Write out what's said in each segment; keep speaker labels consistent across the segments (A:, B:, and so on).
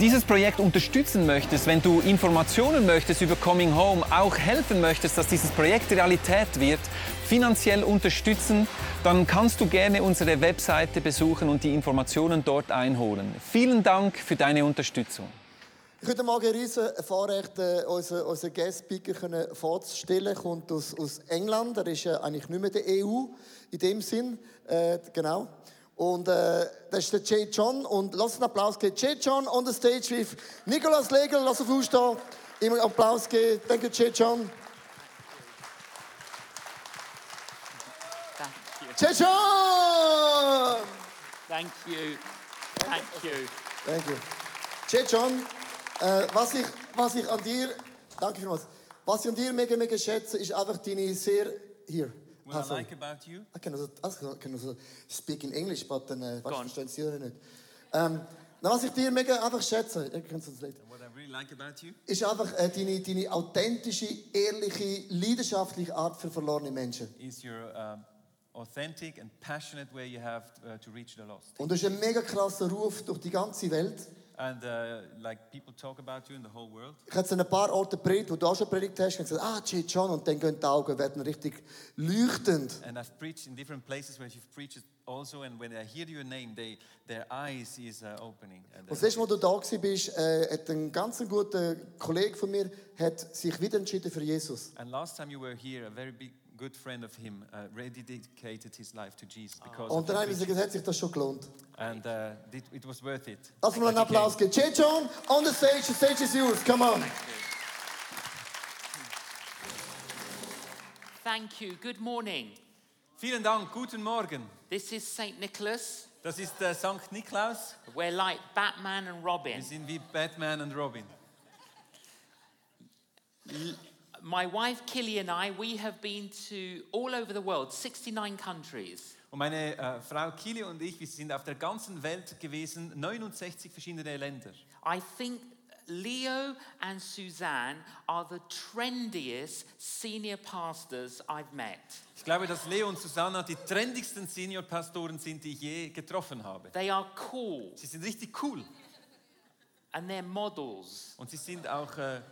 A: dieses Projekt unterstützen möchtest, wenn du Informationen möchtest über Coming Home, auch helfen möchtest, dass dieses Projekt Realität wird, finanziell unterstützen, dann kannst du gerne unsere Webseite besuchen und die Informationen dort einholen. Vielen Dank für deine Unterstützung.
B: Ich heute Morgen ein riesen Vorrecht, äh, unseren, unseren Guest-Speaker können vorzustellen. Er kommt aus, aus England. Er ist äh, eigentlich nicht mehr der EU in dem Sinn. Äh, genau. Und äh, das ist der Jay John. Und lasst einen Applaus geben. Jay John on the stage with Nicolas Legel. Lass auf aufstehen. Ihm einen Applaus geben. Danke, Jay John. Jay John!
C: Thank you. Thank you.
B: Thank you. Jay John, äh, was, ich, was ich an dir, danke vielmals, was ich an dir mega, mega schätze, ist einfach deine sehr, hier,
D: What I
B: Pass auf.
D: like about you,
B: I can also, I can also speak in English, but then, äh, was
C: on.
B: verstehen Sie oder nicht? Ähm, na, was ich dir mega einfach schätze, ihr könnt es uns later,
D: what I really like about you,
B: ist einfach äh, deine, deine authentische, ehrliche, leidenschaftliche Art für verlorene Menschen.
D: is your um, authentic and passionate way you have uh, to reach the lost.
B: Und du hast einen mega krassen Ruf durch die ganze Welt.
D: And uh, like people talk about you in the whole world.
B: Ich habe jetzt an ein paar Orten predigt, wo du auch schon predigt hast, und gesagt, ah, Jay John, und dann gehen die Augen werden richtig leuchtend.
D: And I've preached in different places where you've preached also. And when I hear your name, they, their eyes is uh, opening.
B: Und
D: And
B: das
D: they-
B: letzte Mal, als du da warst, bist, äh, hat ein ganz guter Kollege von mir hat sich wieder entschieden für Jesus.
D: and last time you were here, a very big, good friend of him uh, rededicated his life to Jesus because of
B: Und dann
D: the
B: haben wir
D: preaching.
B: gesagt, hat sich das schon gelohnt.
D: and uh, it, it was worth it.
B: Lass mal einen
D: That he
B: Applaus
D: came.
B: geben. Jay John, on the stage, the stage is yours, come on.
C: Thank you. Good morning.
D: Vielen Dank. Guten Morgen.
C: This is St. Nicholas.
D: Das ist der Sankt Niklaus.
C: We're like Batman and Robin.
D: Wir sind wie Batman und Robin.
C: My wife Killy and I, we have been to all over the world, 69 countries.
D: Und meine äh, Frau Kili und ich, wir sind auf der ganzen Welt gewesen, 69 verschiedene Länder.
C: I think Leo and Suzanne are the trendiest senior pastors I've met.
D: Ich glaube, dass Leo und Susanna die trendigsten Seniorpastoren sind, die ich je getroffen habe.
C: They are cool
D: Sie sind richtig cool
C: and they're models.
D: und sie sind auch äh,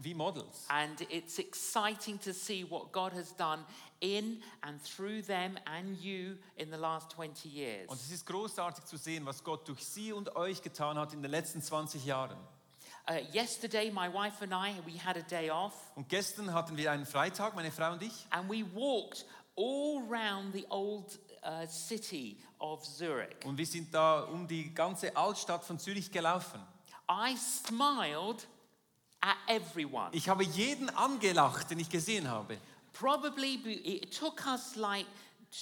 D: wie Models.
C: And it's exciting to see what God has done in and through them and you in the last 20 years.
D: Und es ist großartig zu sehen, was Gott durch sie und euch getan hat in den letzten 20 Jahren.
C: Uh, yesterday, my wife and I, we had a day off
D: Und gestern hatten wir einen Freitag, meine Frau und ich,
C: and we walked all round the old uh, city of Zurich.
D: und wir sind da um die ganze Altstadt von Zürich gelaufen.
C: I smiled at everyone.
D: Ich habe jeden angelacht, den ich gesehen habe.
C: Probably be- it took us like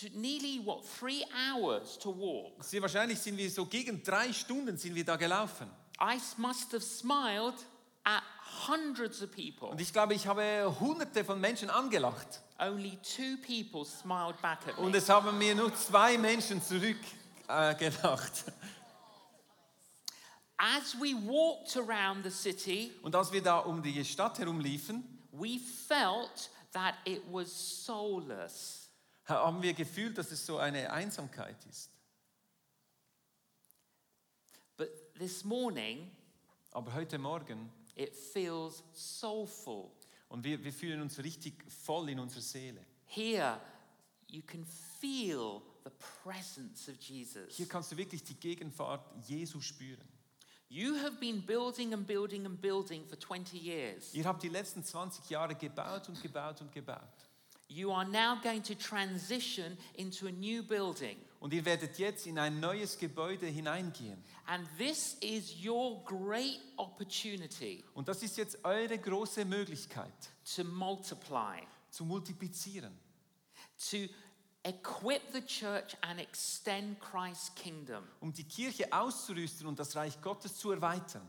C: to nearly what three hours to walk.
D: Sie, wahrscheinlich sind wir so gegen drei Stunden sind wir da gelaufen.
C: I s- must have smiled at hundreds of people.
D: Und ich glaube, ich habe hunderte von Menschen angelacht.
C: Only two people smiled back at
D: Und
C: me.
D: es haben mir nur zwei Menschen äh, zurückgelacht.
C: As we walked around the city,
D: Und als wir da um die Stadt herumliefen,
C: we felt that it was soulless.
D: haben wir gefühlt, dass es so eine Einsamkeit ist.
C: But this morning,
D: Aber heute Morgen,
C: it feels soulful.
D: und wir, wir fühlen uns richtig voll in unserer Seele.
C: Here, you can feel the presence of Jesus.
D: Hier kannst du wirklich die Gegenwart Jesu spüren.
C: You have been building and building and building for 20 years.
D: Ihr habt die letzten 20 Jahre gebaut und gebaut und gebaut.
C: You are now going to transition into a new building.
D: Und ihr werdet jetzt in ein neues Gebäude hineingehen.
C: And this is your great opportunity
D: Und das ist jetzt eure große Möglichkeit
C: to multiply,
D: zu multiplizieren,
C: to equip the church and extend Christ's kingdom.
D: um die Kirche auszurüsten und das Reich Gottes zu erweitern.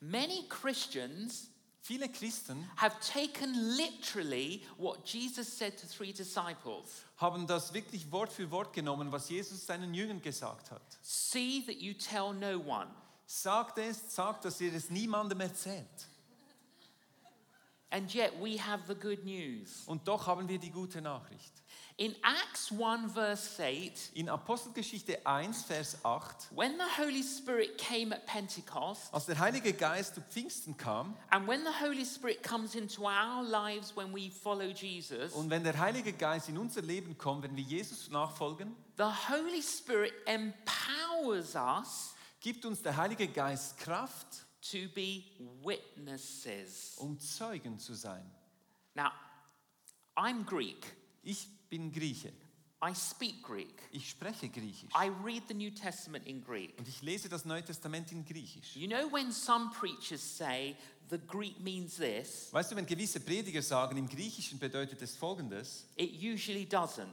C: Many Christians
D: Viele Christen
C: have taken literally what Jesus said to three disciples
D: haben das wirklich Wort für Wort genommen, was Jesus seinen Jüngern gesagt hat.
C: see that you tell no one.
D: Sagt es, sagt, dass ihr es niemandem erzählt.
C: And yet we have the good news.
D: Und doch haben wir die gute Nachricht.
C: In Acts 1, verse 8,
D: In Apostelgeschichte 1, Vers 8,
C: when the Holy Spirit came at Pentecost,
D: als der Heilige Geist zu Pfingsten kam
C: and when the Holy Spirit comes into our lives when we follow Jesus,
D: und wenn der Heilige Geist in unser Leben kommt, wenn wir Jesus nachfolgen,
C: the Holy Spirit empowers us
D: gibt uns der Heilige Geist Kraft,
C: to be witnesses.
D: um Zeugen zu sein.
C: Now, I'm Greek.
D: Ich bin Grieche.
C: I speak Greek.
D: Ich spreche Griechisch.
C: I read the New Testament in Greek.
D: Und ich lese das Neue Testament in Griechisch.
C: You know when some preachers say the Greek means this,
D: Weißt du, wenn gewisse Prediger sagen, im Griechischen bedeutet es Folgendes,
C: it usually doesn't.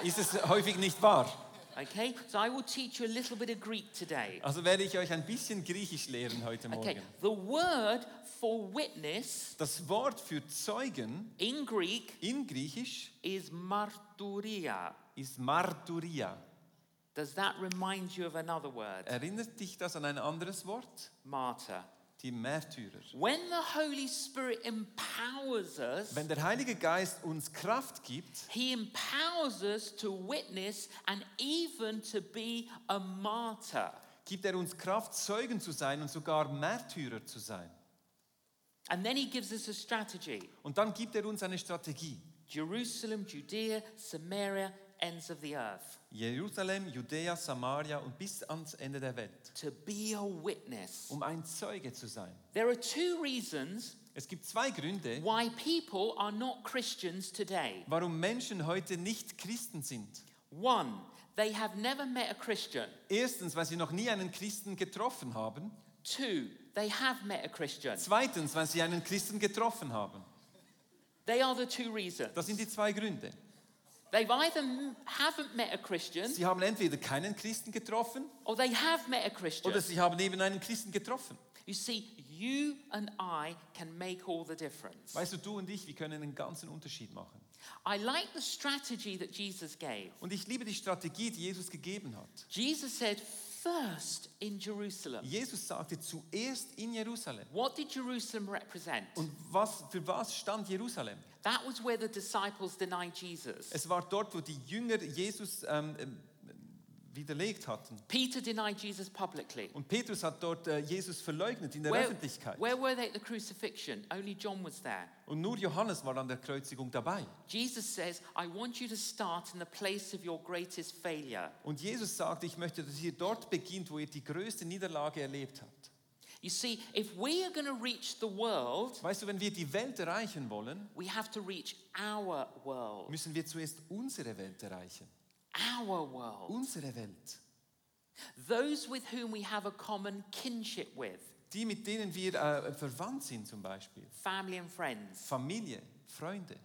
D: äh, ist es häufig nicht wahr.
C: Okay? So I will teach you a little bit of Greek today.
D: Also werde ich euch ein bisschen Griechisch lehren heute
C: Okay,
D: Morgen.
C: the word for witness
D: Das Wort für Zeugen
C: in Greek
D: in Griechisch
C: is marturia.
D: ist Marturia.
C: Does that remind you of another word?
D: Erinnert dich das an ein anderes Wort?
C: Martyr.
D: Die Märtyrer.
C: When the Holy Spirit empowers us,
D: Wenn der Heilige Geist uns Kraft gibt,
C: He empowers us to witness and even to be a martyr.
D: gibt er uns Kraft, Zeugen zu sein und sogar Märtyrer zu sein.
C: And then He gives us a strategy
D: Und dann gibt er uns eine Strategie.
C: Jerusalem, Judea, Samaria, ends of the earth.
D: Jerusalem, Judäa, Samaria und bis ans Ende der Welt,
C: To be a witness.
D: um ein Zeuge zu sein.
C: There are two reasons
D: Es gibt zwei Gründe,
C: why people are not Christians today.
D: warum Menschen heute nicht Christen sind.
C: One, they have never met a Christian.
D: Erstens, weil sie noch nie einen Christen getroffen haben.
C: Two, they have met a Christian.
D: Zweitens, weil sie einen Christen getroffen haben.
C: They are the two reasons.
D: Das sind die zwei Gründe.
C: They've either m- haven't met a Christian
D: Sie haben entweder keinen Christen getroffen
C: or they have met a Christian.
D: oder sie haben eben einen Christen getroffen.
C: You see, you and I can make all the difference.
D: Weißt du, du und ich, wir können einen ganzen Unterschied machen.
C: I like the strategy that Jesus gave.
D: Und ich liebe die Strategie, die Jesus gegeben hat.
C: Jesus said, first in Jerusalem.
D: Jesus sagte zuerst in Jerusalem.
C: What did Jerusalem represent?
D: Und was, für was stand Jerusalem?
C: That was where the disciples denied Jesus.
D: Es war dort, wo die Jünger Jesus ähm, ähm, widerlegt hatten.
C: Peter denied Jesus publicly.
D: Und Petrus hat dort äh, Jesus verleugnet in der
C: Where,
D: Öffentlichkeit.
C: where were they at the crucifixion? Only John was there.
D: Und nur Johannes war an der Kreuzigung dabei.
C: Jesus says, I want you to start in the place of your greatest failure.
D: Und Jesus sagte, ich möchte, dass ihr dort beginnt, wo ihr die größte Niederlage erlebt habt.
C: You see, if we are going to reach the world,
D: Weißt du, wenn wir die Welt erreichen wollen,
C: we have to reach our world.
D: müssen wir zuerst unsere Welt erreichen.
C: Our world.
D: Unsere Welt.
C: Those with whom we have a common kinship with
D: Die, mit denen wir äh, verwandt sind zum Beispiel.
C: family and friends.
D: Familie, Freunde.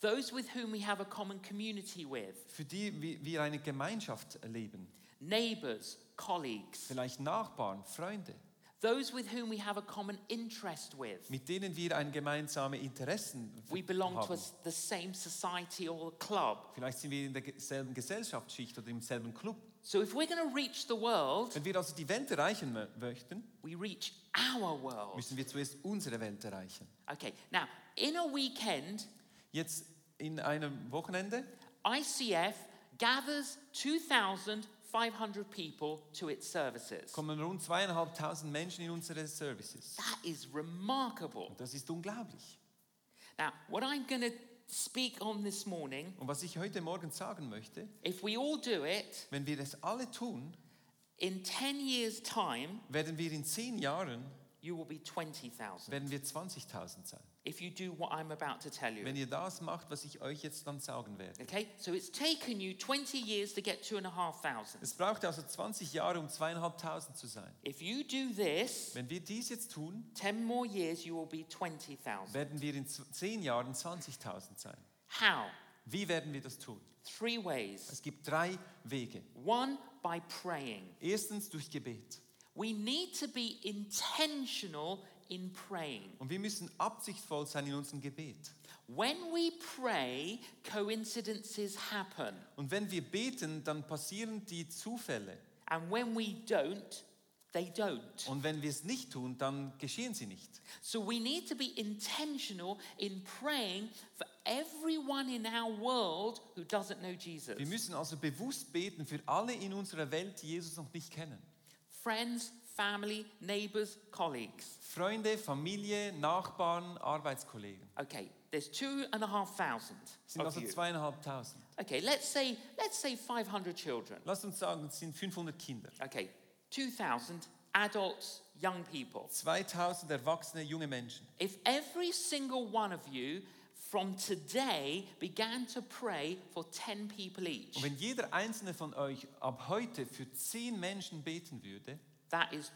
C: Those with whom we have a common community with
D: Für die wir- wir eine Gemeinschaft leben.
C: neighbors, colleagues.
D: Vielleicht Nachbarn, Freunde.
C: Those with whom we have a common interest with.
D: mit denen wir ein gemeinsame Interessen
C: We belong to
D: haben.
C: a s the same society or club.
D: Vielleicht sind wir in derselben Gesellschaftsschicht oder im selben Club.
C: So if we're going to reach the world,
D: Wenn wir also die Welt erreichen mö- möchten,
C: we reach our world.
D: müssen wir zuerst unsere Welt erreichen.
C: Okay, now in a weekend,
D: Jetzt in einem Wochenende
C: ICF gathers 2,500 people to its services.
D: kommen rund zweieinhalbtausend Menschen in unsere Services.
C: That is remarkable.
D: Und das ist unglaublich.
C: Now, what I'm going to speak on this morning,
D: Und was ich heute Morgen sagen möchte,
C: if we all do it,
D: wenn wir das alle tun,
C: in 10 years' time,
D: werden wir in zehn Jahren
C: you will be 20,000.
D: werden wir 20.000 sein.
C: if you do what I'm about to tell you.
D: Wenn ihr das macht, was ich euch jetzt dann sagen werde.
C: Okay, so it's taken you 20 years to get two and a half thousand.
D: Es brauchte also 20 Jahre, um zweieinhalbtausend zu sein.
C: If you do this,
D: Wenn wir dies jetzt tun,
C: 10 more years, you will be 20,000.
D: werden wir in z- zehn Jahren 20.000 sein.
C: How?
D: Wie werden wir das tun?
C: Three ways.
D: Es gibt drei Wege.
C: One, by praying.
D: Erstens durch Gebet.
C: We need to be intentional in praying.
D: Und wir müssen absichtvoll sein in unserem Gebet.
C: When we pray, coincidences happen.
D: Und wenn wir beten, dann passieren die Zufälle.
C: And when we don't, they don't.
D: Und wenn wir es nicht tun, dann geschehen sie nicht.
C: So we need to be intentional in praying for everyone in our world who doesn't know Jesus.
D: Wir müssen also bewusst beten für alle in unserer Welt, die Jesus noch nicht kennen.
C: Friends, family, neighbors, colleagues.
D: Freunde, Familie, Nachbarn, Arbeitskollegen.
C: Okay, there's two and a half thousand.
D: Es sind
C: of
D: also
C: you.
D: zweieinhalbtausend.
C: Okay, let's say let's say 500 children.
D: Lasst uns sagen, es sind 500 Kinder.
C: Okay, 2,000 adults, young people.
D: 2000 erwachsene junge Menschen.
C: If every single one of you from today began to pray for 10 people each,
D: Und wenn jeder einzelne von euch ab heute für 10 Menschen beten würde,
C: that is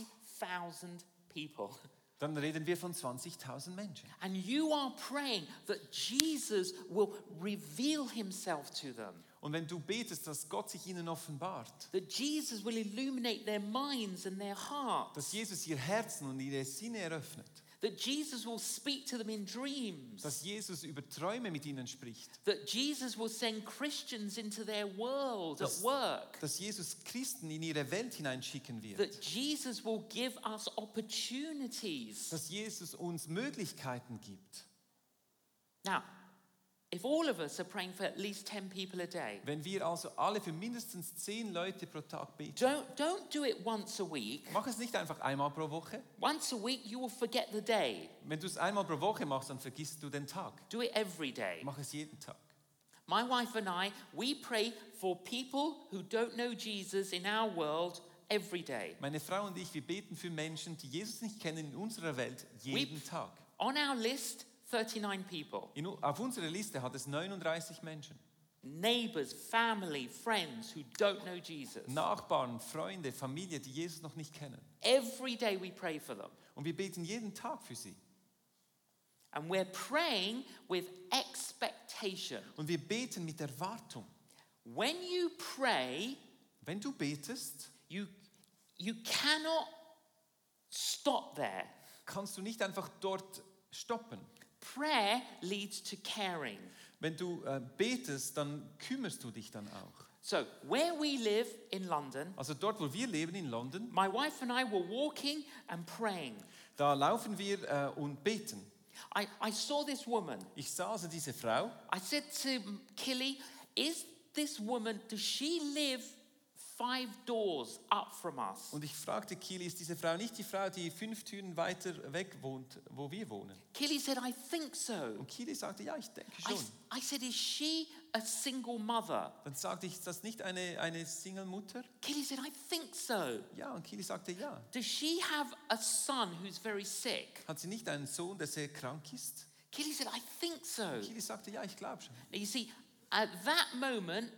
C: 20,000 people.
D: dann reden wir von 20.000 Menschen.
C: And you are praying that Jesus will reveal himself to them,
D: Und wenn du betest, dass Gott sich ihnen offenbart,
C: that Jesus will illuminate their minds and their hearts,
D: dass Jesus ihr Herzen und ihre Sinne eröffnet,
C: that Jesus will speak to them in dreams,
D: dass Jesus über Träume mit ihnen spricht,
C: that Jesus will send Christians into their world at
D: Das-
C: work,
D: dass Jesus Christen in ihre Welt hineinschicken wird,
C: that Jesus will give us opportunities.
D: dass Jesus uns Möglichkeiten gibt.
C: Now, if all of us are praying for at least 10 people a day,
D: Wenn wir also alle für mindestens 10 Leute pro Tag beten,
C: don't, don't do it once a week.
D: mach es nicht einfach einmal pro Woche.
C: Once a week, you will forget the day.
D: Wenn du es einmal pro Woche machst, dann vergisst du den Tag.
C: Do it every day.
D: Mach es jeden Tag.
C: My wife and I, we pray for people who don't know Jesus in our world every day.
D: Meine Frau und ich, wir beten für Menschen, die Jesus nicht kennen in unserer Welt, jeden Tag.
C: On our list, 39 people
D: In, u- auf unserer Liste hat es 39 Menschen.
C: neighbors, family, friends who don't know Jesus.
D: Nachbarn, Freunde, Familie, die Jesus noch nicht kennen.
C: Every day we pray for them.
D: Und wir beten jeden Tag für sie.
C: And we're praying with expectation.
D: Und wir beten mit Erwartung.
C: When you pray,
D: Wenn du betest,
C: you, you cannot stop there.
D: kannst du nicht einfach dort stoppen.
C: Prayer leads to caring.
D: Wenn du äh, betest, dann kümmerst du dich dann auch.
C: So, where we live in London,
D: Also dort, wo wir leben in London,
C: My wife and I were walking and praying.
D: da laufen wir äh, und beten.
C: I, I saw this woman.
D: Ich sah also diese Frau
C: I said to Killy, Is this woman, does she live five doors up from us?
D: und ich fragte Kili, ist diese Frau nicht die Frau, die fünf Türen weiter weg wohnt, wo wir wohnen?
C: Killy said, I think so.
D: Und Kili sagte, ja, ich denke
C: I,
D: schon.
C: I said, Is she a single mother?
D: Dann sagte ich, ist das nicht eine, eine Single-Mutter?
C: Killy said, I think so.
D: Ja, und Kili sagte, ja.
C: Does she have a son who's very sick?
D: Hat sie nicht einen Sohn, der sehr krank ist?
C: Killy said, I think so.
D: Kili sagte, ja, ich glaube schon.
C: Now, you see, at that moment,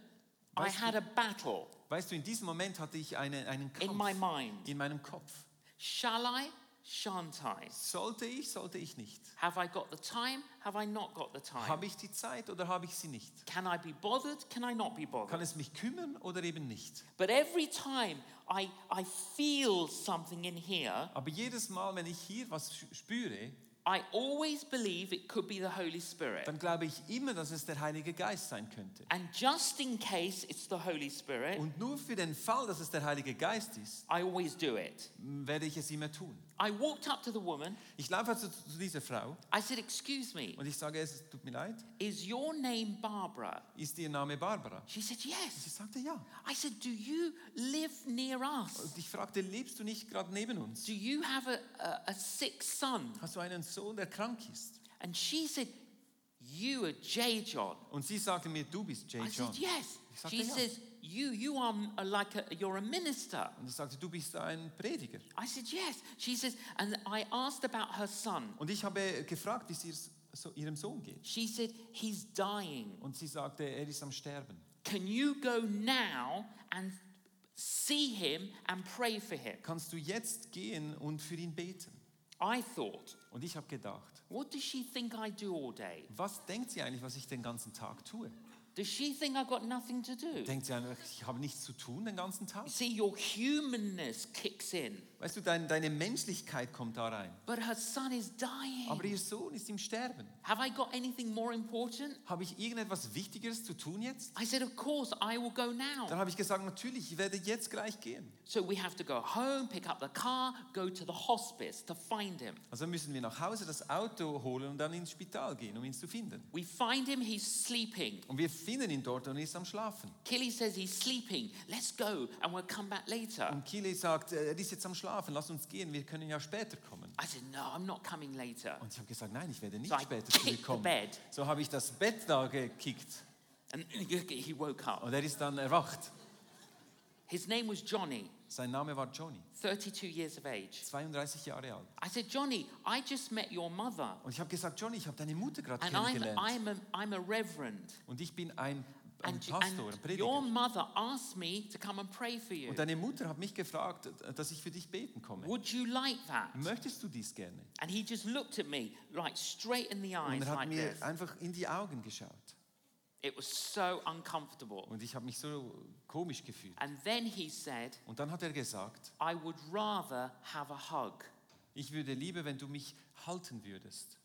C: I
D: Weißt du-
C: had a battle
D: Weißt du, in diesem Moment hatte ich eine, einen Kampf
C: in my mind.
D: in meinem Kopf.
C: Shall I? Shan't I?
D: Sollte ich, sollte ich nicht?
C: Have I got the time? Have I not got the time?
D: Habe ich die Zeit oder habe ich sie nicht?
C: Can I be bothered? Can I not be
D: Kann
C: bothered?
D: es mich kümmern oder eben nicht?
C: But every time I, I feel something in here,
D: Aber jedes Mal, wenn ich hier was sch- spüre,
C: I always believe it could be the Holy Spirit.
D: dann glaube ich immer, dass es der Heilige Geist sein könnte.
C: And just in case it's the Holy Spirit,
D: Und nur für den Fall, dass es der Heilige Geist ist,
C: I always do it.
D: m, werde ich es immer tun.
C: I walked up to the woman.
D: Ich laufe also zu zu dieser Frau
C: I said, Excuse me,
D: und ich sage, es tut mir leid,
C: is your name Barbara?
D: ist ihr Name Barbara?
C: She said,
D: Sie
C: Yes.
D: sagte ja.
C: I said, Do you live near us?
D: Und ich fragte, lebst du nicht gerade neben uns?
C: Do you have a, a, a sick son?
D: Hast du einen Sohn, der krank ist?
C: And she said, You are J. John.
D: Und sie sagte mir, du bist J.
C: I said,
D: John.
C: Yes.
D: Ich sagte,
C: She
D: ja.
C: says, you, you are a, like a, you're a minister.
D: Und er sagte, du bist ein Prediger.
C: I said, yes. She says, and I asked about her son.
D: Und ich habe gefragt, wie es ihr, so, ihrem Sohn geht.
C: She said, he's dying.
D: Und sie sagte, er ist am Sterben.
C: Can you go now and see him and pray for him?
D: Kannst du jetzt gehen und für ihn beten?
C: I thought,
D: Und ich habe gedacht,
C: what does she think I do all day?
D: was denkt sie eigentlich, was ich den ganzen Tag tue?
C: Does she think I've got nothing to do?
D: Denkt sie einfach, ich habe nichts zu tun den ganzen Tag?
C: See, your humanness kicks in.
D: Weißt du, dein, deine Menschlichkeit kommt da rein.
C: But her son is dying.
D: Aber ihr Sohn ist im Sterben.
C: Have I got anything more important?
D: Habe ich irgendetwas Wichtigeres zu tun jetzt?
C: I said, Of course, I will go now.
D: Dann habe ich gesagt, natürlich, ich werde jetzt gleich gehen.
C: So we have to go home, pick up the car, go to the hospice to find him.
D: Also müssen wir nach Hause das Auto holen und dann ins Spital gehen, um ihn zu finden.
C: We find him, he's sleeping.
D: Und wir finden ihn dort und er ist am Schlafen.
C: Killy says he's sleeping. Let's go and we'll come back later.
D: Und Kili sagt, äh, er ist jetzt am Schlafen, lass uns gehen, wir können ja später kommen.
C: I said, No, I'm not coming later.
D: Und ich habe gesagt, nein, ich werde nicht
C: So I
D: später
C: kicked the
D: zurückkommen.
C: bed.
D: So habe ich das Bett da gekickt
C: And he woke up.
D: und er ist dann erwacht.
C: His name was Johnny,
D: Sein Name war Johnny,
C: 32 years of age.
D: 32 Jahre alt.
C: I said, Johnny, I just met your mother.
D: Und ich habe gesagt, Johnny, ich habe deine Mutter gerade
C: And I'm,
D: kennengelernt.
C: I'm, a, I'm a reverend.
D: und ich bin ein, ein
C: And,
D: Pastor, ein
C: and your
D: Prediger.
C: mother asked me to come and pray for you.
D: Und deine Mutter hat mich gefragt, dass ich für dich beten komme.
C: Would you like that?
D: Möchtest du dies gerne?
C: And he just looked at me, like straight in the
D: Und
C: eyes,
D: er hat
C: like
D: mir
C: this.
D: einfach in die Augen geschaut.
C: It was so uncomfortable.
D: Und ich habe mich so komisch gefühlt.
C: And then he said,
D: Und dann hat er gesagt,
C: I would rather have a hug.
D: ich würde lieber, wenn du mich halten würdest.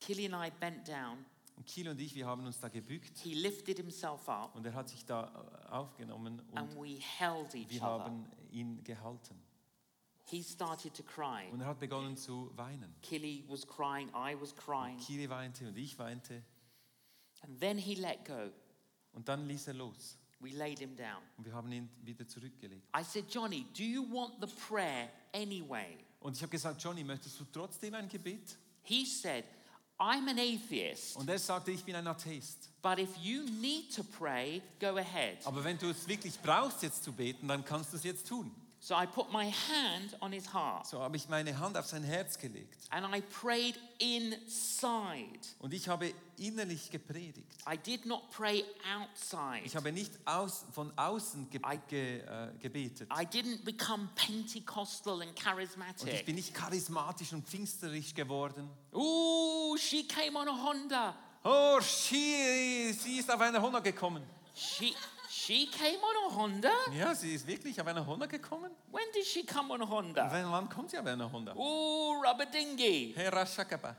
C: Killy and I bent down.
D: Und Kiel und ich, wir haben uns da gebückt
C: He lifted himself up
D: und er hat sich da äh, aufgenommen
C: and
D: und
C: we held each
D: wir
C: other.
D: haben ihn gehalten.
C: He started to cry.
D: Und er hat begonnen zu weinen.
C: Killy was crying, I was crying.
D: Kiel weinte und ich weinte
C: And then he let go.
D: und dann ließ er los
C: We laid him down.
D: und wir haben ihn wieder zurückgelegt.
C: I said, Johnny, do you want the prayer anyway?
D: Und ich habe gesagt, Johnny, möchtest du trotzdem ein Gebet?
C: He said, I'm an atheist,
D: Und er sagte, ich bin ein Atheist.
C: but if you need to pray, go ahead.
D: Aber wenn du es wirklich brauchst, jetzt zu beten, dann kannst du es jetzt tun.
C: So I put my hand on his heart
D: So habe ich meine Hand auf sein Herz gelegt
C: and I prayed inside.
D: und ich habe innerlich gepredigt.
C: I did not pray outside.
D: Ich habe nicht aus, von außen ge ge äh, gebetet.
C: I didn't become Pentecostal and
D: Oh, Und ich
C: charismatic.
D: bin nicht charismatisch und pfingsterisch geworden.
C: Ooh, she came on a Honda.
D: Oh, sie, sie ist auf einer Honda gekommen.
C: She she came on a Honda?
D: Ja, sie ist wirklich auf einer Honda gekommen?
C: When did she come on a Honda?
D: Wann wann kommt sie auf einer Honda? Oh,
C: Ooh, rubber dinghy.
D: Herr Raschakaba.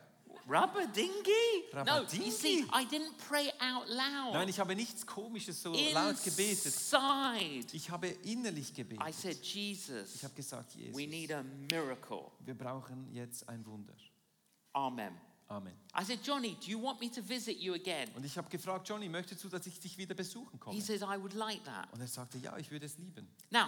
C: Rubber dinghy? no,
D: Rubber
C: you see,
D: dinghy?
C: I didn't pray out loud.
D: Nein, ich habe nichts Komisches so laut gebetet.
C: Inside.
D: Ich habe innerlich
C: I
D: gebetet.
C: said,
D: Ich
C: Jesus,
D: habe gesagt,
C: we
D: Jesus,
C: need a miracle.
D: wir brauchen jetzt ein Wunder.
C: Amen.
D: Amen.
C: I said, Johnny, do you want me to visit you again?
D: Und ich habe gefragt, Johnny, möchtest du, dass ich dich wieder besuchen komme?
C: He says, I would like that.
D: Und er sagte, ja, ich würde es lieben.
C: Now,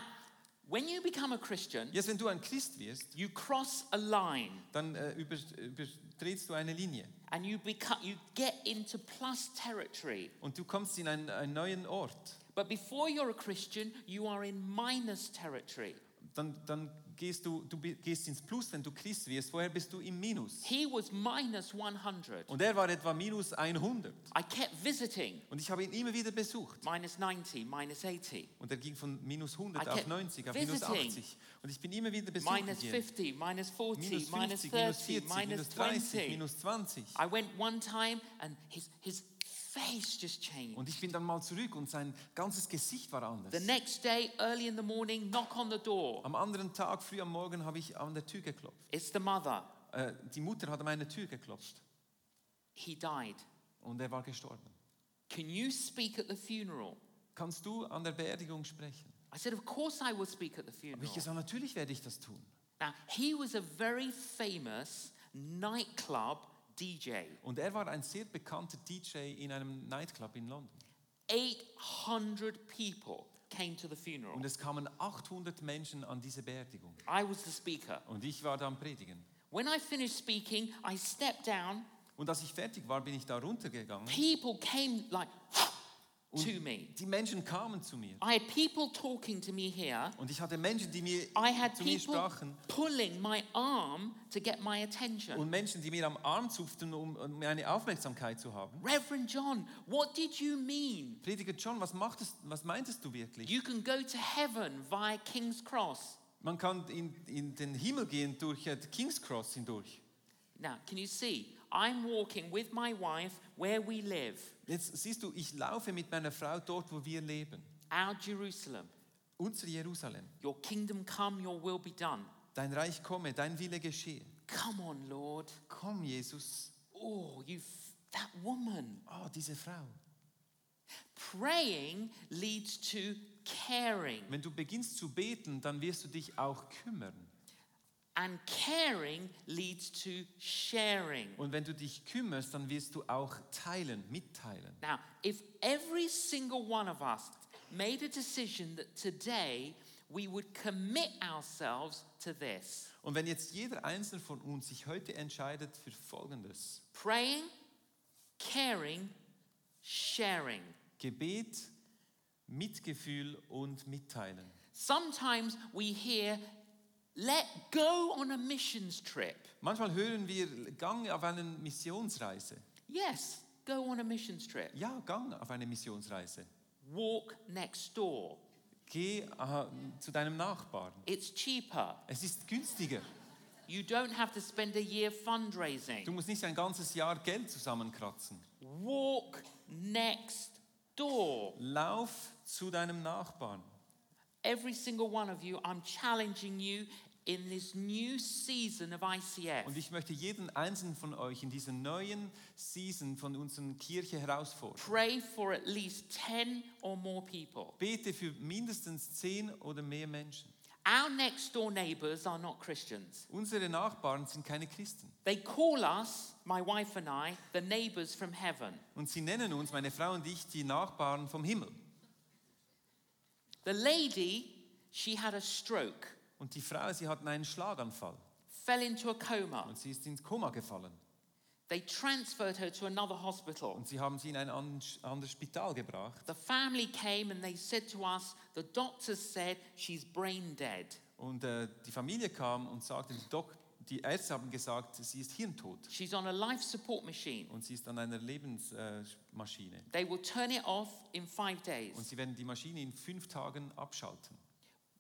C: when you become a Christian,
D: Jetzt, wenn du ein Christ wirst,
C: you cross a line
D: dann äh, über, übertretst du eine Linie
C: and you become you get into plus territory.
D: und du kommst in einen, einen neuen Ort.
C: But before you're a Christian, you are in minus territory.
D: Dann, dann gehst du, du bi- gehst ins Plus, wenn du Christ wirst. Vorher bist du im Minus.
C: He was minus 100.
D: Und er war etwa minus 100.
C: I kept visiting
D: Und ich habe ihn immer wieder besucht.
C: minus 90, minus 80,
D: Und er ging von minus
C: I
D: 100
C: kept
D: auf 90, auf minus
C: visiting.
D: 80. Und ich bin immer wieder besucht
C: minus
D: gegangen.
C: 50, minus 40,
D: Minus
C: minus
D: 50,
C: 30, minus
D: minus 40, minus 30,
C: 20.
D: minus 20.
C: I went one time and his, his face just changed.
D: Und ich bin dann mal zurück und sein ganzes Gesicht war anders.
C: The next day, early in the morning, knock on the door.
D: Am anderen Tag, früh am Morgen, habe ich an der Tür geklopft.
C: It's the mother.
D: Äh, die Mutter hat an meine Tür geklopft
C: He died.
D: und er war gestorben.
C: Can you speak at the funeral?
D: Kannst du an der Beerdigung sprechen?
C: I said, Of course I will speak at the
D: Habe
C: funeral.
D: ich gesagt, natürlich werde ich das tun.
C: Now, he was a very famous nightclub DJ.
D: Und er war ein sehr bekannter DJ in einem Nightclub in London.
C: 800 people came to the funeral.
D: Und es kamen 800 Menschen an diese Beerdigung.
C: I was the speaker.
D: Und ich war da am Predigen.
C: When I finished speaking, I stepped down.
D: Und als ich fertig war, bin ich da runtergegangen.
C: People came like to me.
D: Die Menschen kamen zu mir.
C: I had people talking to me here.
D: Und ich hatte Menschen, die mir
C: I had
D: zu mir
C: people
D: sprachen.
C: pulling my arm to get my attention.
D: Und Menschen, die mir am Arm zupften, um um meine Aufmerksamkeit zu haben.
C: Reverend John, what did you mean?
D: Prediger John, was, machtest, was meintest du wirklich?
C: You can go to heaven via King's Cross.
D: Man kann in, in den Himmel gehen durch äh, die King's Cross hindurch.
C: Now, can you see? I'm walking with my wife where we live,
D: Jetzt siehst du, ich laufe mit meiner Frau dort, wo wir leben.
C: our Jerusalem.
D: Unser Jerusalem.
C: Your kingdom come, your will be done.
D: Dein Reich komme, dein Wille geschehe.
C: Come on, Lord.
D: Komm, Jesus.
C: Oh, you, f- that woman.
D: Oh, diese Frau.
C: Praying leads to caring,
D: Wenn du beginnst zu beten, dann wirst du dich auch kümmern.
C: and caring leads to sharing.
D: Und wenn du dich kümmerst, dann wirst du auch teilen, mitteilen.
C: Now, if every single one of us made a decision that today we would commit ourselves to this
D: Und wenn jetzt jeder Einzelne von uns sich heute entscheidet für Folgendes.
C: praying, caring, sharing.
D: Gebet, Mitgefühl und Mitteilen.
C: Sometimes we hear, let go on a missions trip.
D: Manchmal hören wir, gang auf eine Missionsreise.
C: Yes, go on a missions trip.
D: Ja, gang auf eine Missionsreise.
C: Walk next door.
D: Geh äh, zu deinem Nachbarn.
C: It's cheaper.
D: Es ist günstiger.
C: You don't have to spend a year fundraising.
D: Du musst nicht ein ganzes Jahr Geld zusammenkratzen.
C: Walk next door.
D: Lauf zu deinem Nachbarn.
C: Every single one of you, I'm challenging you in this new season of ICF.
D: Und ich möchte jeden einzelnen von euch in dieser neuen Season von unserer Kirche herausfordern.
C: Pray for at least 10 or more people.
D: Bete für mindestens zehn oder mehr Menschen.
C: Our next door neighbors are not Christians.
D: Unsere Nachbarn sind keine Christen.
C: They call us, my wife and I, the neighbors from heaven.
D: Und sie nennen uns, meine Frau und ich, die Nachbarn vom Himmel.
C: The lady, she had a stroke,
D: Und die Frau, sie hatten einen Schlaganfall
C: fell into a coma.
D: und sie ist ins Koma gefallen.
C: They transferred her to another hospital.
D: Und sie haben sie in ein an- anderes Spital gebracht.
C: The family came and they said to us, the doctors said she's brain dead.
D: Und äh, die Familie kam und sagte, die, Dok die Ärzte haben gesagt, sie ist hirntot.
C: She's on a life support machine.
D: Und sie ist an einer Lebensmaschine. Äh, Maschine.
C: They will turn it off in five days.
D: und sie werden die Maschine in fünf Tagen abschalten.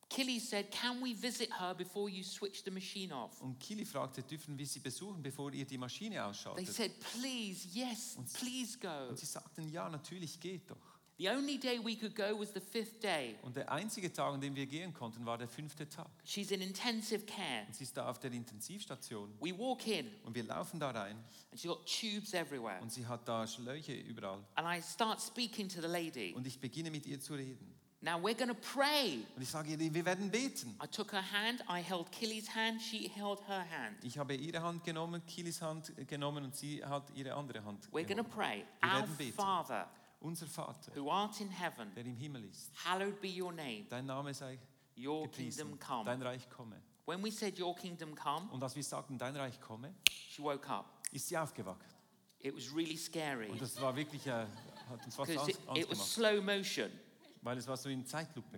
C: Killy said, Can we visit her before you switch the machine off?
D: Und Kili fragte, dürfen wir sie besuchen, bevor ihr die Maschine
C: They
D: ausschaltet?
C: said, Please, yes, please go.
D: Und sie sagten, ja, natürlich, geht doch.
C: The only day we could go was the fifth day.
D: Und der einzige Tag, an dem wir gehen konnten, war der fünfte Tag.
C: She's in intensive care.
D: Und sie ist da auf der Intensivstation
C: We walk in
D: und wir laufen da rein
C: and she's got tubes everywhere.
D: und sie hat da Schläuche überall.
C: And I start speaking to the lady.
D: Und ich beginne mit ihr zu reden.
C: Now we're going to pray.
D: Und ich sage ihr, wir werden beten.
C: I took her hand, I held Killy's hand, she held her hand.
D: Ich habe ihre Hand genommen, Kilis Hand äh, genommen und sie hat ihre andere Hand
C: We're going to
D: genommen.
C: pray.
D: Wir
C: Our
D: werden beten.
C: Father,
D: Unser Vater,
C: who art in heaven,
D: der im Himmel ist,
C: hallowed be your name.
D: dein Name sei
C: Your kingdom
D: gepriesen,
C: come.
D: dein Reich komme.
C: When we said your kingdom come,
D: Und als wir sagten, dein Reich komme,
C: she woke up.
D: ist sie aufgewacht.
C: It was really scary
D: Und das war wirklich, äh, hat uns fast
C: because it,
D: Angst, Angst
C: it was
D: gemacht,
C: slow motion.
D: weil es war so in Zeitlupe.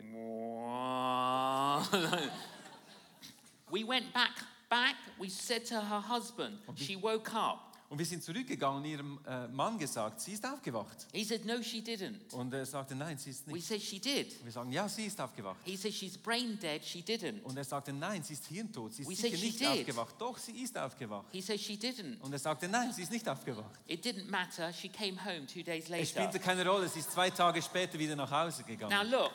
C: we went back, back. We said to her husband, she woke up.
D: Und wir sind zurückgegangen und ihrem äh, Mann gesagt, sie ist aufgewacht.
C: He said, no, she didn't.
D: Und er sagte, nein, sie ist
C: We
D: nicht.
C: said she did.
D: Und wir sagen, ja, sie ist aufgewacht.
C: He said she's brain dead. She didn't.
D: Und er sagte, nein, sie ist hirntot, sie ist
C: We said
D: sicher
C: she
D: nicht
C: did.
D: aufgewacht. Doch, sie ist aufgewacht.
C: He said she didn't.
D: Und er sagte, nein, sie ist nicht aufgewacht.
C: It didn't matter. She came home two days
D: Es
C: later.
D: spielte keine Rolle, sie ist zwei Tage später wieder nach Hause
C: Now
D: gegangen.
C: look,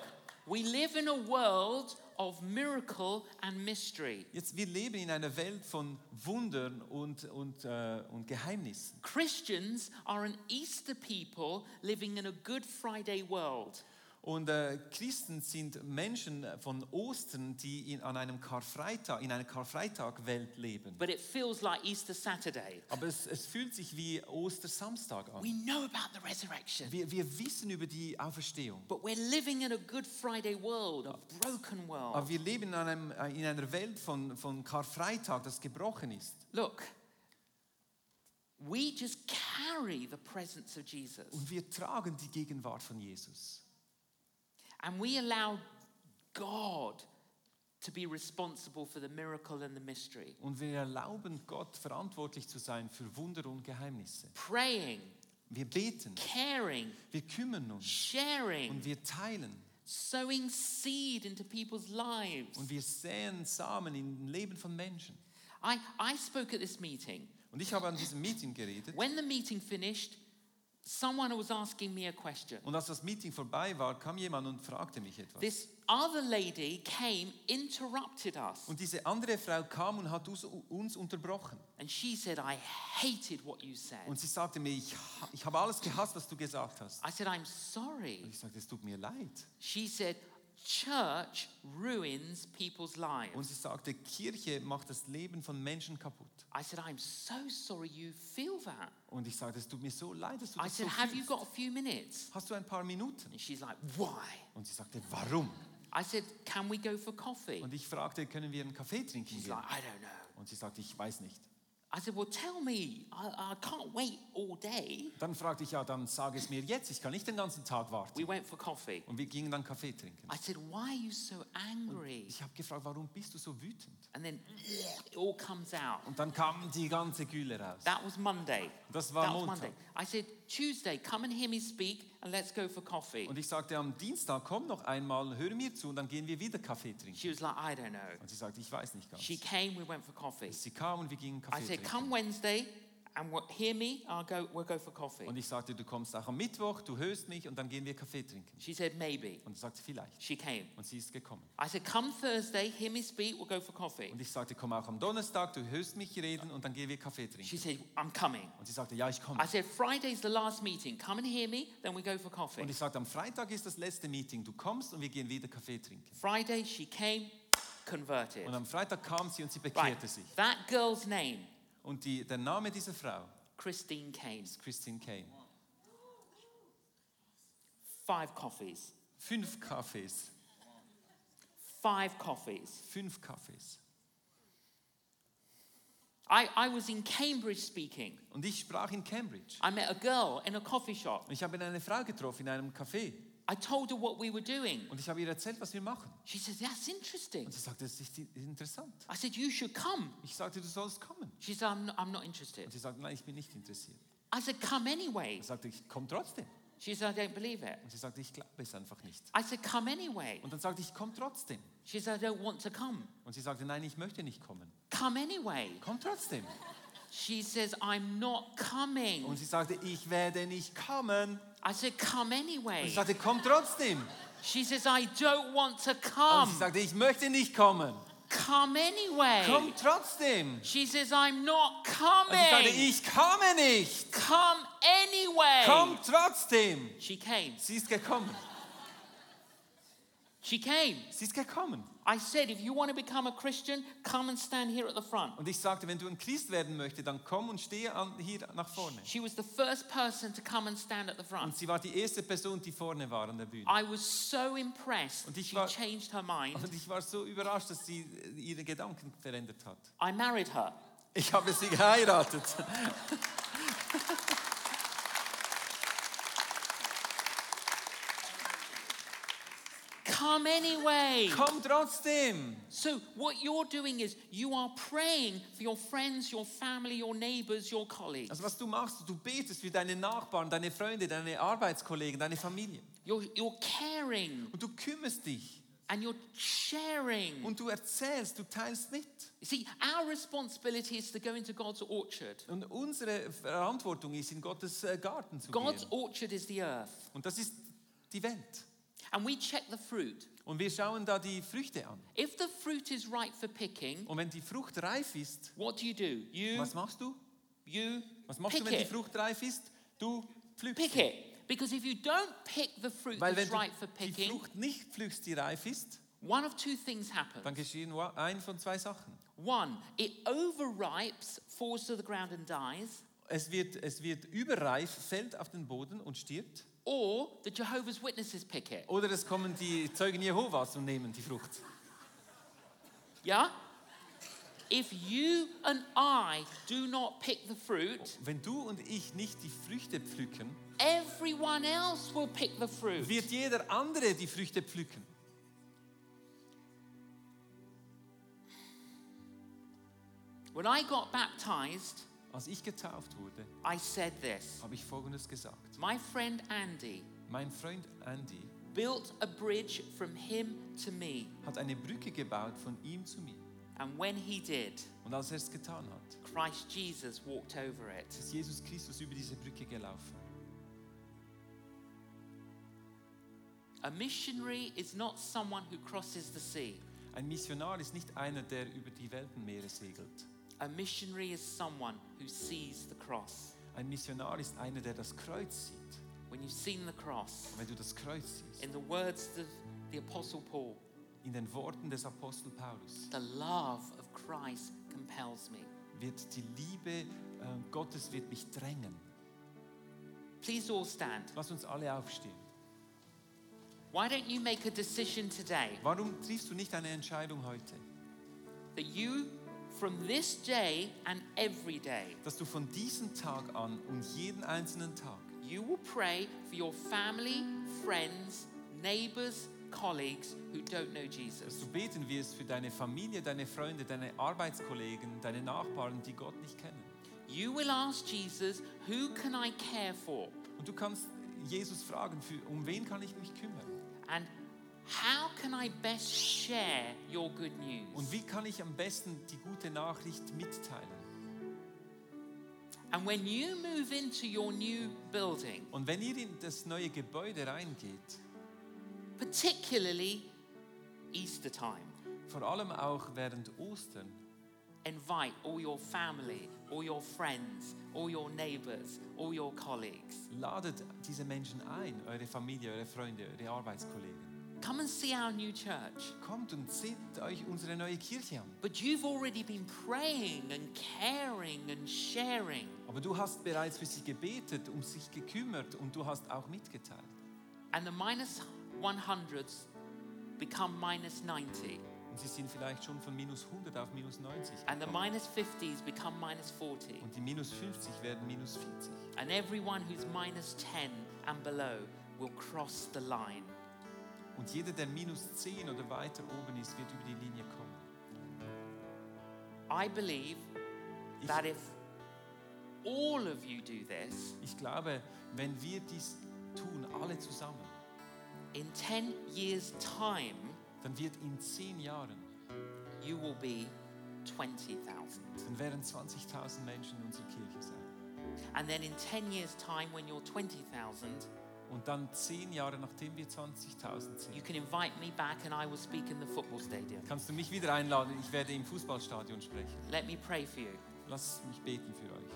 C: we live in a world of miracle and mystery.
D: Jetzt, wir leben in einer Welt von Wundern und, und, äh, und Geheimnissen.
C: Christians are an Easter people living in a Good Friday world.
D: Und äh, Christen sind Menschen von Ostern, die in, an einem Karfreitag, in einer Karfreitag-Welt leben.
C: But it feels like Easter Saturday.
D: Aber es, es fühlt sich wie Ostersamstag
C: We
D: an.
C: know about the resurrection,
D: Wir, wir wissen über die Auferstehung.
C: but we're living in a Good Friday world, a broken world.
D: Aber wir leben in, einem, äh, in einer Welt von, von Karfreitag, das gebrochen ist.
C: Look, we just carry the presence of Jesus
D: Und wir tragen die Gegenwart von Jesus.
C: and we allow God to be responsible for the miracle and the mystery.
D: Und wir erlauben Gott verantwortlich zu sein für Wunder und Geheimnisse.
C: Praying,
D: Wir beten,
C: caring,
D: wir kümmern uns
C: sharing,
D: und wir teilen
C: sowing seed into people's lives.
D: und wir säen Samen im Leben von Menschen.
C: I, I spoke at this meeting.
D: Und ich habe an diesem Meeting geredet
C: When the meeting finished, someone was asking me a question.
D: und als das Meeting vorbei war, kam jemand und fragte mich etwas.
C: This other lady came, interrupted us,
D: Und diese andere Frau kam und hat us- uns unterbrochen.
C: and she said, I hated what you said.
D: Und sie sagte mir, ich, ha- ich habe alles gehasst, was du gesagt hast.
C: I said, I'm sorry.
D: Und ich sagte, es tut mir leid.
C: She said, Church ruins people's
D: Und
C: lives.
D: sie sagte, Kirche macht das Leben von Menschen kaputt.
C: I said, I'm so sorry you feel that.
D: Und ich sagte, es tut mir so leid, dass du
C: I
D: das so
C: said, Have you
D: fühlst.
C: got a few minutes?
D: Hast du ein paar Minuten?
C: And she's like, Why?
D: Und sie sagte, warum?
C: I said, Can we go for coffee?
D: Und ich fragte, können wir einen Kaffee trinken
C: She's
D: gehen?
C: like, I don't know.
D: Und sie sagte, ich weiß nicht.
C: I said, Well, tell me. I, I can't wait all day.
D: Dann fragte ich, ja, dann sage es mir jetzt, ich kann nicht den ganzen Tag warten.
C: We went for coffee.
D: Und wir gingen dann Kaffee trinken.
C: I said, Why are you so angry?
D: Ich habe gefragt, warum bist du so wütend?
C: And then it all comes out.
D: Und dann kam die ganze Gülle raus.
C: That was Monday.
D: Das war
C: that was
D: Montag.
C: Monday. I said, Tuesday, come and hear me speak and let's go for coffee.
D: Und ich sagte, am Dienstag komm noch einmal, hör mir zu und dann gehen wir wieder Kaffee trinken.
C: She was like, I don't know.
D: Und sie sagte, ich weiß nicht ganz.
C: She came, we went for coffee.
D: Sie kam und wir gingen
C: I
D: Kaffee
C: said, come
D: trinken.
C: Wednesday and we hear me, I'll go, we'll go for coffee.
D: Und ich sagte, du kommst auch am Mittwoch, du hörst mich und dann gehen wir Kaffee trinken.
C: She said, maybe.
D: Und sie sagte, vielleicht.
C: She came.
D: Und sie ist gekommen.
C: I said, come Thursday, hear me speak, we'll go for coffee.
D: Und ich sagte, komm auch am Donnerstag, du hörst mich reden und dann gehen wir Kaffee trinken.
C: She said, I'm coming.
D: Und sie sagte, ja, ich komme.
C: I said, Friday's the last meeting, come and hear me, then we go for coffee.
D: Und ich sagte, am Freitag ist das letzte Meeting, du kommst und wir gehen wieder Kaffee trinken.
C: Friday, she came, converted.
D: Und am Freitag kam sie und sie
C: Right.
D: bekehrte sich.
C: That girl's name,
D: Und die, der Name dieser Frau
C: Christine Kane.
D: ist Christine Kane.
C: Five coffees.
D: Fünf Kaffees,
C: Five coffees.
D: fünf Kaffees.
C: I, I was in Cambridge speaking.
D: Und ich sprach in Cambridge.
C: I met a girl in a coffee shop.
D: Und ich habe eine Frau getroffen in einem Café
C: I told her what we were doing.
D: und ich habe ihr erzählt, was wir machen.
C: She says, That's interesting.
D: Und sie sagte, das ist i- interessant.
C: I said, You should come.
D: Ich sagte, du sollst kommen.
C: She said, I'm not, I'm not
D: Und
C: interested.
D: sie sagte, nein, ich bin nicht interessiert.
C: I said, Come anyway.
D: Ich sagte, ich komme trotzdem.
C: She said, I don't believe it.
D: Und sie sagte, ich glaube es einfach nicht.
C: I said, Come anyway.
D: Und dann sagte ich, komm trotzdem.
C: She said, I don't want to come.
D: Und sie sagte, nein, ich möchte nicht kommen.
C: Come anyway.
D: Komm trotzdem.
C: She says, I'm not
D: Und
C: coming.
D: sie sagte, ich werde nicht kommen.
C: I said, Come
D: Und
C: anyway.
D: ich sagte, komm trotzdem.
C: She says, I don't want to
D: Und
C: come.
D: sie sagte, ich möchte nicht kommen.
C: Come anyway.
D: Komm trotzdem.
C: She says, I'm not
D: Und sie sagte,
C: coming.
D: ich komme nicht.
C: Come anyway.
D: Komm trotzdem.
C: She came.
D: Sie ist gekommen.
C: She came.
D: Sie ist gekommen.
C: I said, if you want to become a Christian, come and stand here at the front.
D: Und ich sagte, wenn du ein Christ werden möchtest, dann komm und stehe an, hier nach vorne.
C: She was the first person to come and stand at the front.
D: Und sie war die erste Person, die vorne war an der Bühne.
C: I was so impressed.
D: Und ich
C: She
D: war-
C: changed her mind.
D: Und ich war so überrascht, dass sie äh, ihre Gedanken verändert hat.
C: I married her.
D: Ich habe sie geheiratet.
C: Come anyway.
D: Komm trotzdem.
C: So, what you're doing is you are praying for your friends, your family, your neighbors, your colleagues.
D: Also was du machst, du betest für deine Nachbarn, deine Freunde, deine Arbeitskollegen, deine Familie.
C: You're, you're caring
D: Und du kümmerst dich.
C: and you're sharing.
D: Und du erzählst, du teilst mit.
C: You see, our responsibility is to go into God's orchard.
D: Und unsere Verantwortung ist, in Gottes äh, Garten zu
C: God's
D: gehen.
C: orchard is the earth.
D: Und das ist die Welt.
C: And we check the fruit.
D: Und wir schauen da die Früchte an.
C: If the fruit is ripe for picking,
D: Und wenn die Frucht reif ist,
C: what do you do? You,
D: was machst du?
C: you
D: Was machst
C: pick
D: du, wenn die
C: it.
D: Frucht reif ist? Du pflückst.
C: Pick
D: sie.
C: it. Because if you don't pick the fruit
D: Weil wenn
C: that's ripe for
D: du die
C: picking,
D: Frucht nicht pflückst, die reif ist,
C: one of two things
D: dann
C: happens.
D: geschehen nur ein von zwei Sachen.
C: One, it overripes, falls to the ground and dies,
D: Es wird, es wird überreif, fällt auf den Boden und stirbt.
C: or the Jehovah's Witnesses pick it.
D: Oder es kommen die Zeugen Jehovas und nehmen die Frucht.
C: Yeah? If you and I do not pick the fruit,
D: Wenn du und ich nicht die Früchte pflücken,
C: everyone else will pick the fruit.
D: wird jeder andere die Früchte pflücken.
C: When I got baptized,
D: Als ich getauft wurde,
C: I said this
D: habe ich Folgendes gesagt.
C: My friend Andy
D: Mein Freund Andy
C: built a bridge from him to me,
D: hat eine Brücke gebaut von ihm zu mir.
C: and when he did,
D: Und als er es getan hat,
C: Christ Jesus walked over it.
D: ist Jesus Christus über diese Brücke gelaufen.
C: A missionary is not someone who crosses the sea,
D: Ein Missionar ist nicht einer, der über die Weltenmeere segelt.
C: a missionary is someone who sees the cross.
D: Ein Missionar ist einer, der das Kreuz sieht.
C: When you've seen the cross,
D: Und wenn du das Kreuz siehst,
C: in the words of the Apostle Paul,
D: in den Worten des Apostel Paulus,
C: the love of Christ compels me.
D: wird die Liebe äh, Gottes wird mich drängen.
C: Please all stand.
D: Lass uns alle aufstehen.
C: Why don't you make a decision today
D: Warum triffst du nicht eine Entscheidung heute?
C: that you, from this day and every day,
D: Dass du von diesem Tag an und jeden einzelnen Tag
C: you will pray for your family, friends, neighbors, colleagues who don't know
D: dass
C: Jesus.
D: du beten wirst für deine Familie, deine Freunde, deine Arbeitskollegen, deine Nachbarn, die Gott nicht kennen.
C: You will ask Jesus, Who can I care for?
D: Und du kannst Jesus fragen, für, um wen kann ich mich kümmern?
C: And how can I best share your good
D: Und
C: news?
D: wie kann ich am besten die gute Nachricht mitteilen?
C: And when you move into your new building,
D: Und wenn ihr in das neue Gebäude reingeht,
C: particularly Easter time.
D: vor allem auch während Ostern,
C: Invite all your family, all your friends, all your neighbors, all your colleagues.
D: ladet diese Menschen ein, eure Familie, eure Freunde, eure Arbeitskollegen.
C: Come and see our new church.
D: Kommt und seht euch unsere neue Kirche an.
C: But you've already been praying and caring and sharing,
D: Aber du hast bereits für sie gebetet, um sich gekümmert und du hast auch mitgeteilt.
C: and the minus 100s become minus 90,
D: Und sie sind vielleicht schon von minus 100 auf minus 90.
C: and the
D: gekommen.
C: minus 50s become minus 40,
D: Und die minus 50 werden minus 40.
C: and everyone who's minus 10 and below will cross the line.
D: Und jeder, der minus 10 oder weiter oben ist, wird über die Linie kommen.
C: I believe
D: Ich,
C: that if all of you do this,
D: ich glaube, wenn wir dies tun, alle zusammen,
C: in 10 years' time,
D: dann wird in 10 Jahren,
C: you will be 20,000.
D: dann werden 20.000 Menschen in unserer Kirche sein.
C: And then in 10 years' time, when you're 20,000,
D: Und dann 10 Jahre, nachdem wir 20.000 sind,
C: you can invite me back and I will speak in the football stadium.
D: kannst du mich wieder einladen. Ich werde im Fußballstadion sprechen.
C: Let me pray for you.
D: Lass mich beten für euch.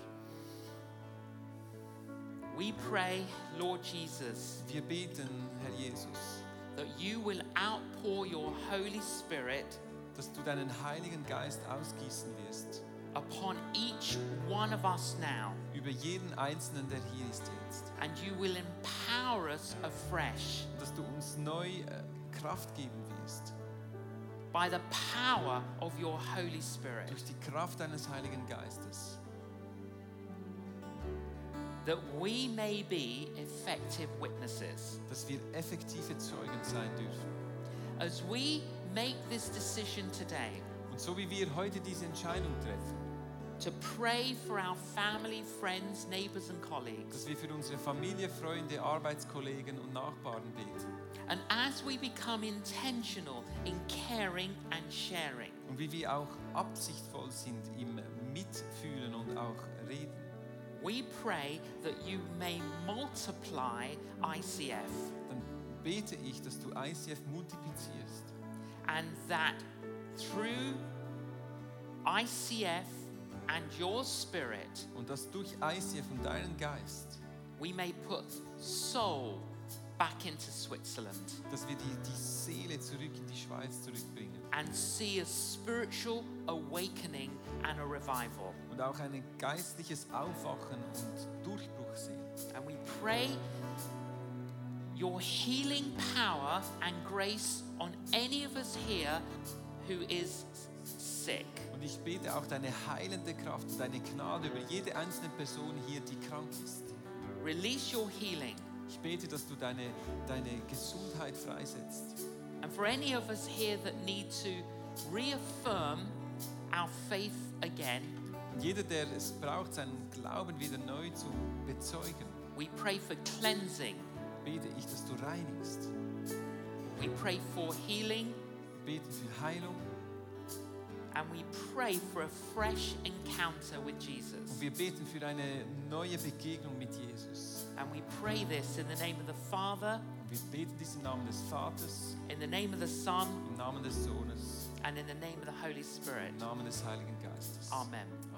C: We pray, Lord Jesus,
D: Wir beten, Herr Jesus,
C: that you will outpour your Holy Spirit
D: dass du deinen Heiligen Geist ausgießen wirst
C: upon each one of us now,
D: über jeden Einzelnen, der hier ist jetzt.
C: and you will empower us afresh
D: dass du uns neu äh, Kraft geben wirst.
C: by the power of your Holy Spirit.
D: Durch die Kraft deines Heiligen Geistes.
C: that we may be effective witnesses.
D: Dass wir effektive Zeugen sein dürfen.
C: As we make this decision today
D: Und so wie wir heute diese Entscheidung treffen,
C: to pray for our family, friends, neighbors, and colleagues,
D: dass wir für unsere Familie, Freunde, Arbeitskollegen und Nachbarn beten.
C: and as we become intentional in caring and sharing,
D: Und wie wir auch absichtvoll sind im Mitfühlen und auch Reden.
C: we pray that you may multiply ICF
D: Dann bete ich, dass du ICF multiplizierst.
C: and that through ICF and your spirit,
D: Und dass durch ICF und deinen Geist,
C: we may put soul back into Switzerland.
D: dass wir die, die Seele zurück in die Schweiz zurückbringen.
C: and see a spiritual awakening and a revival.
D: und auch ein geistliches Aufwachen und Durchbruch sehen.
C: And we pray your healing power and grace on any of us here who is sick.
D: Und ich bete auch deine heilende Kraft und deine Gnade über jede einzelne Person hier, die krank ist.
C: Release your healing.
D: Ich bete, dass du deine, deine Gesundheit freisetzt.
C: And for any of us here that need to reaffirm our faith again,
D: Und jeder, der es braucht, seinen Glauben wieder neu zu bezeugen,
C: we pray for cleansing,
D: bete ich, dass du reinigst.
C: we pray for healing,
D: Wir beten für Heilung
C: and we pray for a fresh encounter with Jesus.
D: und wir beten für eine neue Begegnung mit Jesus.
C: And we pray this in the name of the Father,
D: Und wir beten dies im Namen des Vaters,
C: in the name of the Son,
D: im Namen des Sohnes,
C: and in the name of the Holy Spirit.
D: im Namen des Heiligen Geistes.
C: Amen.